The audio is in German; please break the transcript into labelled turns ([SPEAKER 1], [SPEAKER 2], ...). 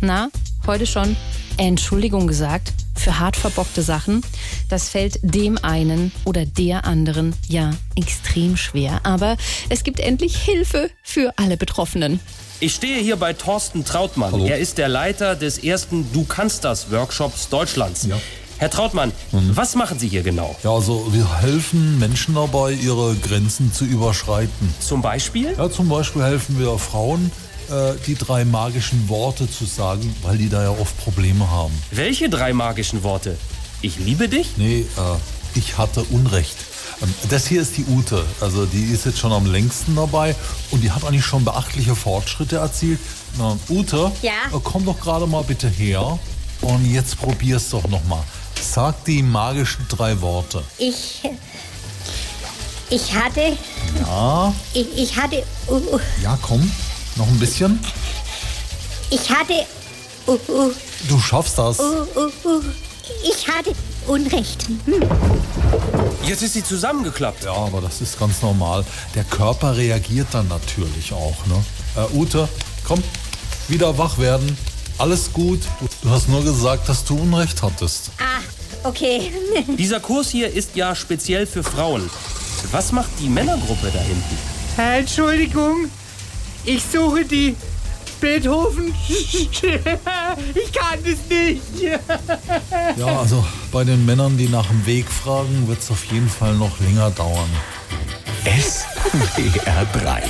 [SPEAKER 1] na, heute schon Entschuldigung gesagt für hart verbockte Sachen. Das fällt dem einen oder der anderen ja extrem schwer. Aber es gibt endlich Hilfe für alle Betroffenen.
[SPEAKER 2] Ich stehe hier bei Thorsten Trautmann.
[SPEAKER 3] Hallo.
[SPEAKER 2] Er ist der Leiter des ersten Du kannst das Workshops Deutschlands.
[SPEAKER 3] Ja. Mhm.
[SPEAKER 2] Herr Trautmann, was machen Sie hier genau?
[SPEAKER 3] Ja, also wir helfen Menschen dabei, ihre Grenzen zu überschreiten.
[SPEAKER 2] Zum Beispiel?
[SPEAKER 3] Ja, zum Beispiel helfen wir Frauen, äh, die drei magischen Worte zu sagen, weil die da ja oft Probleme haben.
[SPEAKER 2] Welche drei magischen Worte? Ich liebe dich?
[SPEAKER 3] Nee, äh, ich hatte Unrecht. Ähm, Das hier ist die Ute, also die ist jetzt schon am längsten dabei und die hat eigentlich schon beachtliche Fortschritte erzielt. Na, Ute,
[SPEAKER 4] Ja?
[SPEAKER 3] äh, komm doch gerade mal bitte her und jetzt probier's doch noch mal. Sag die magischen drei Worte.
[SPEAKER 4] Ich, ich hatte,
[SPEAKER 3] Ja,
[SPEAKER 4] ich, ich hatte, uh, uh,
[SPEAKER 3] ja, komm, noch ein bisschen.
[SPEAKER 4] ich hatte, uh, uh,
[SPEAKER 3] Du schaffst das.
[SPEAKER 4] uh, uh, uh, ich hatte Unrecht.
[SPEAKER 2] Jetzt ist sie zusammengeklappt.
[SPEAKER 3] Ja, aber das ist ganz normal. Der Körper reagiert dann natürlich auch. Ne? Äh, Ute, komm, wieder wach werden. Alles gut. Du, du hast nur gesagt, dass du Unrecht hattest.
[SPEAKER 4] Ah, okay.
[SPEAKER 2] Dieser Kurs hier ist ja speziell für Frauen. Was macht die Männergruppe da hinten?
[SPEAKER 5] Äh, Entschuldigung, ich suche die Beethoven. Ich kann es nicht.
[SPEAKER 3] Ja, also bei den Männern, die nach dem Weg fragen, wird es auf jeden Fall noch länger dauern.
[SPEAKER 6] SWR 3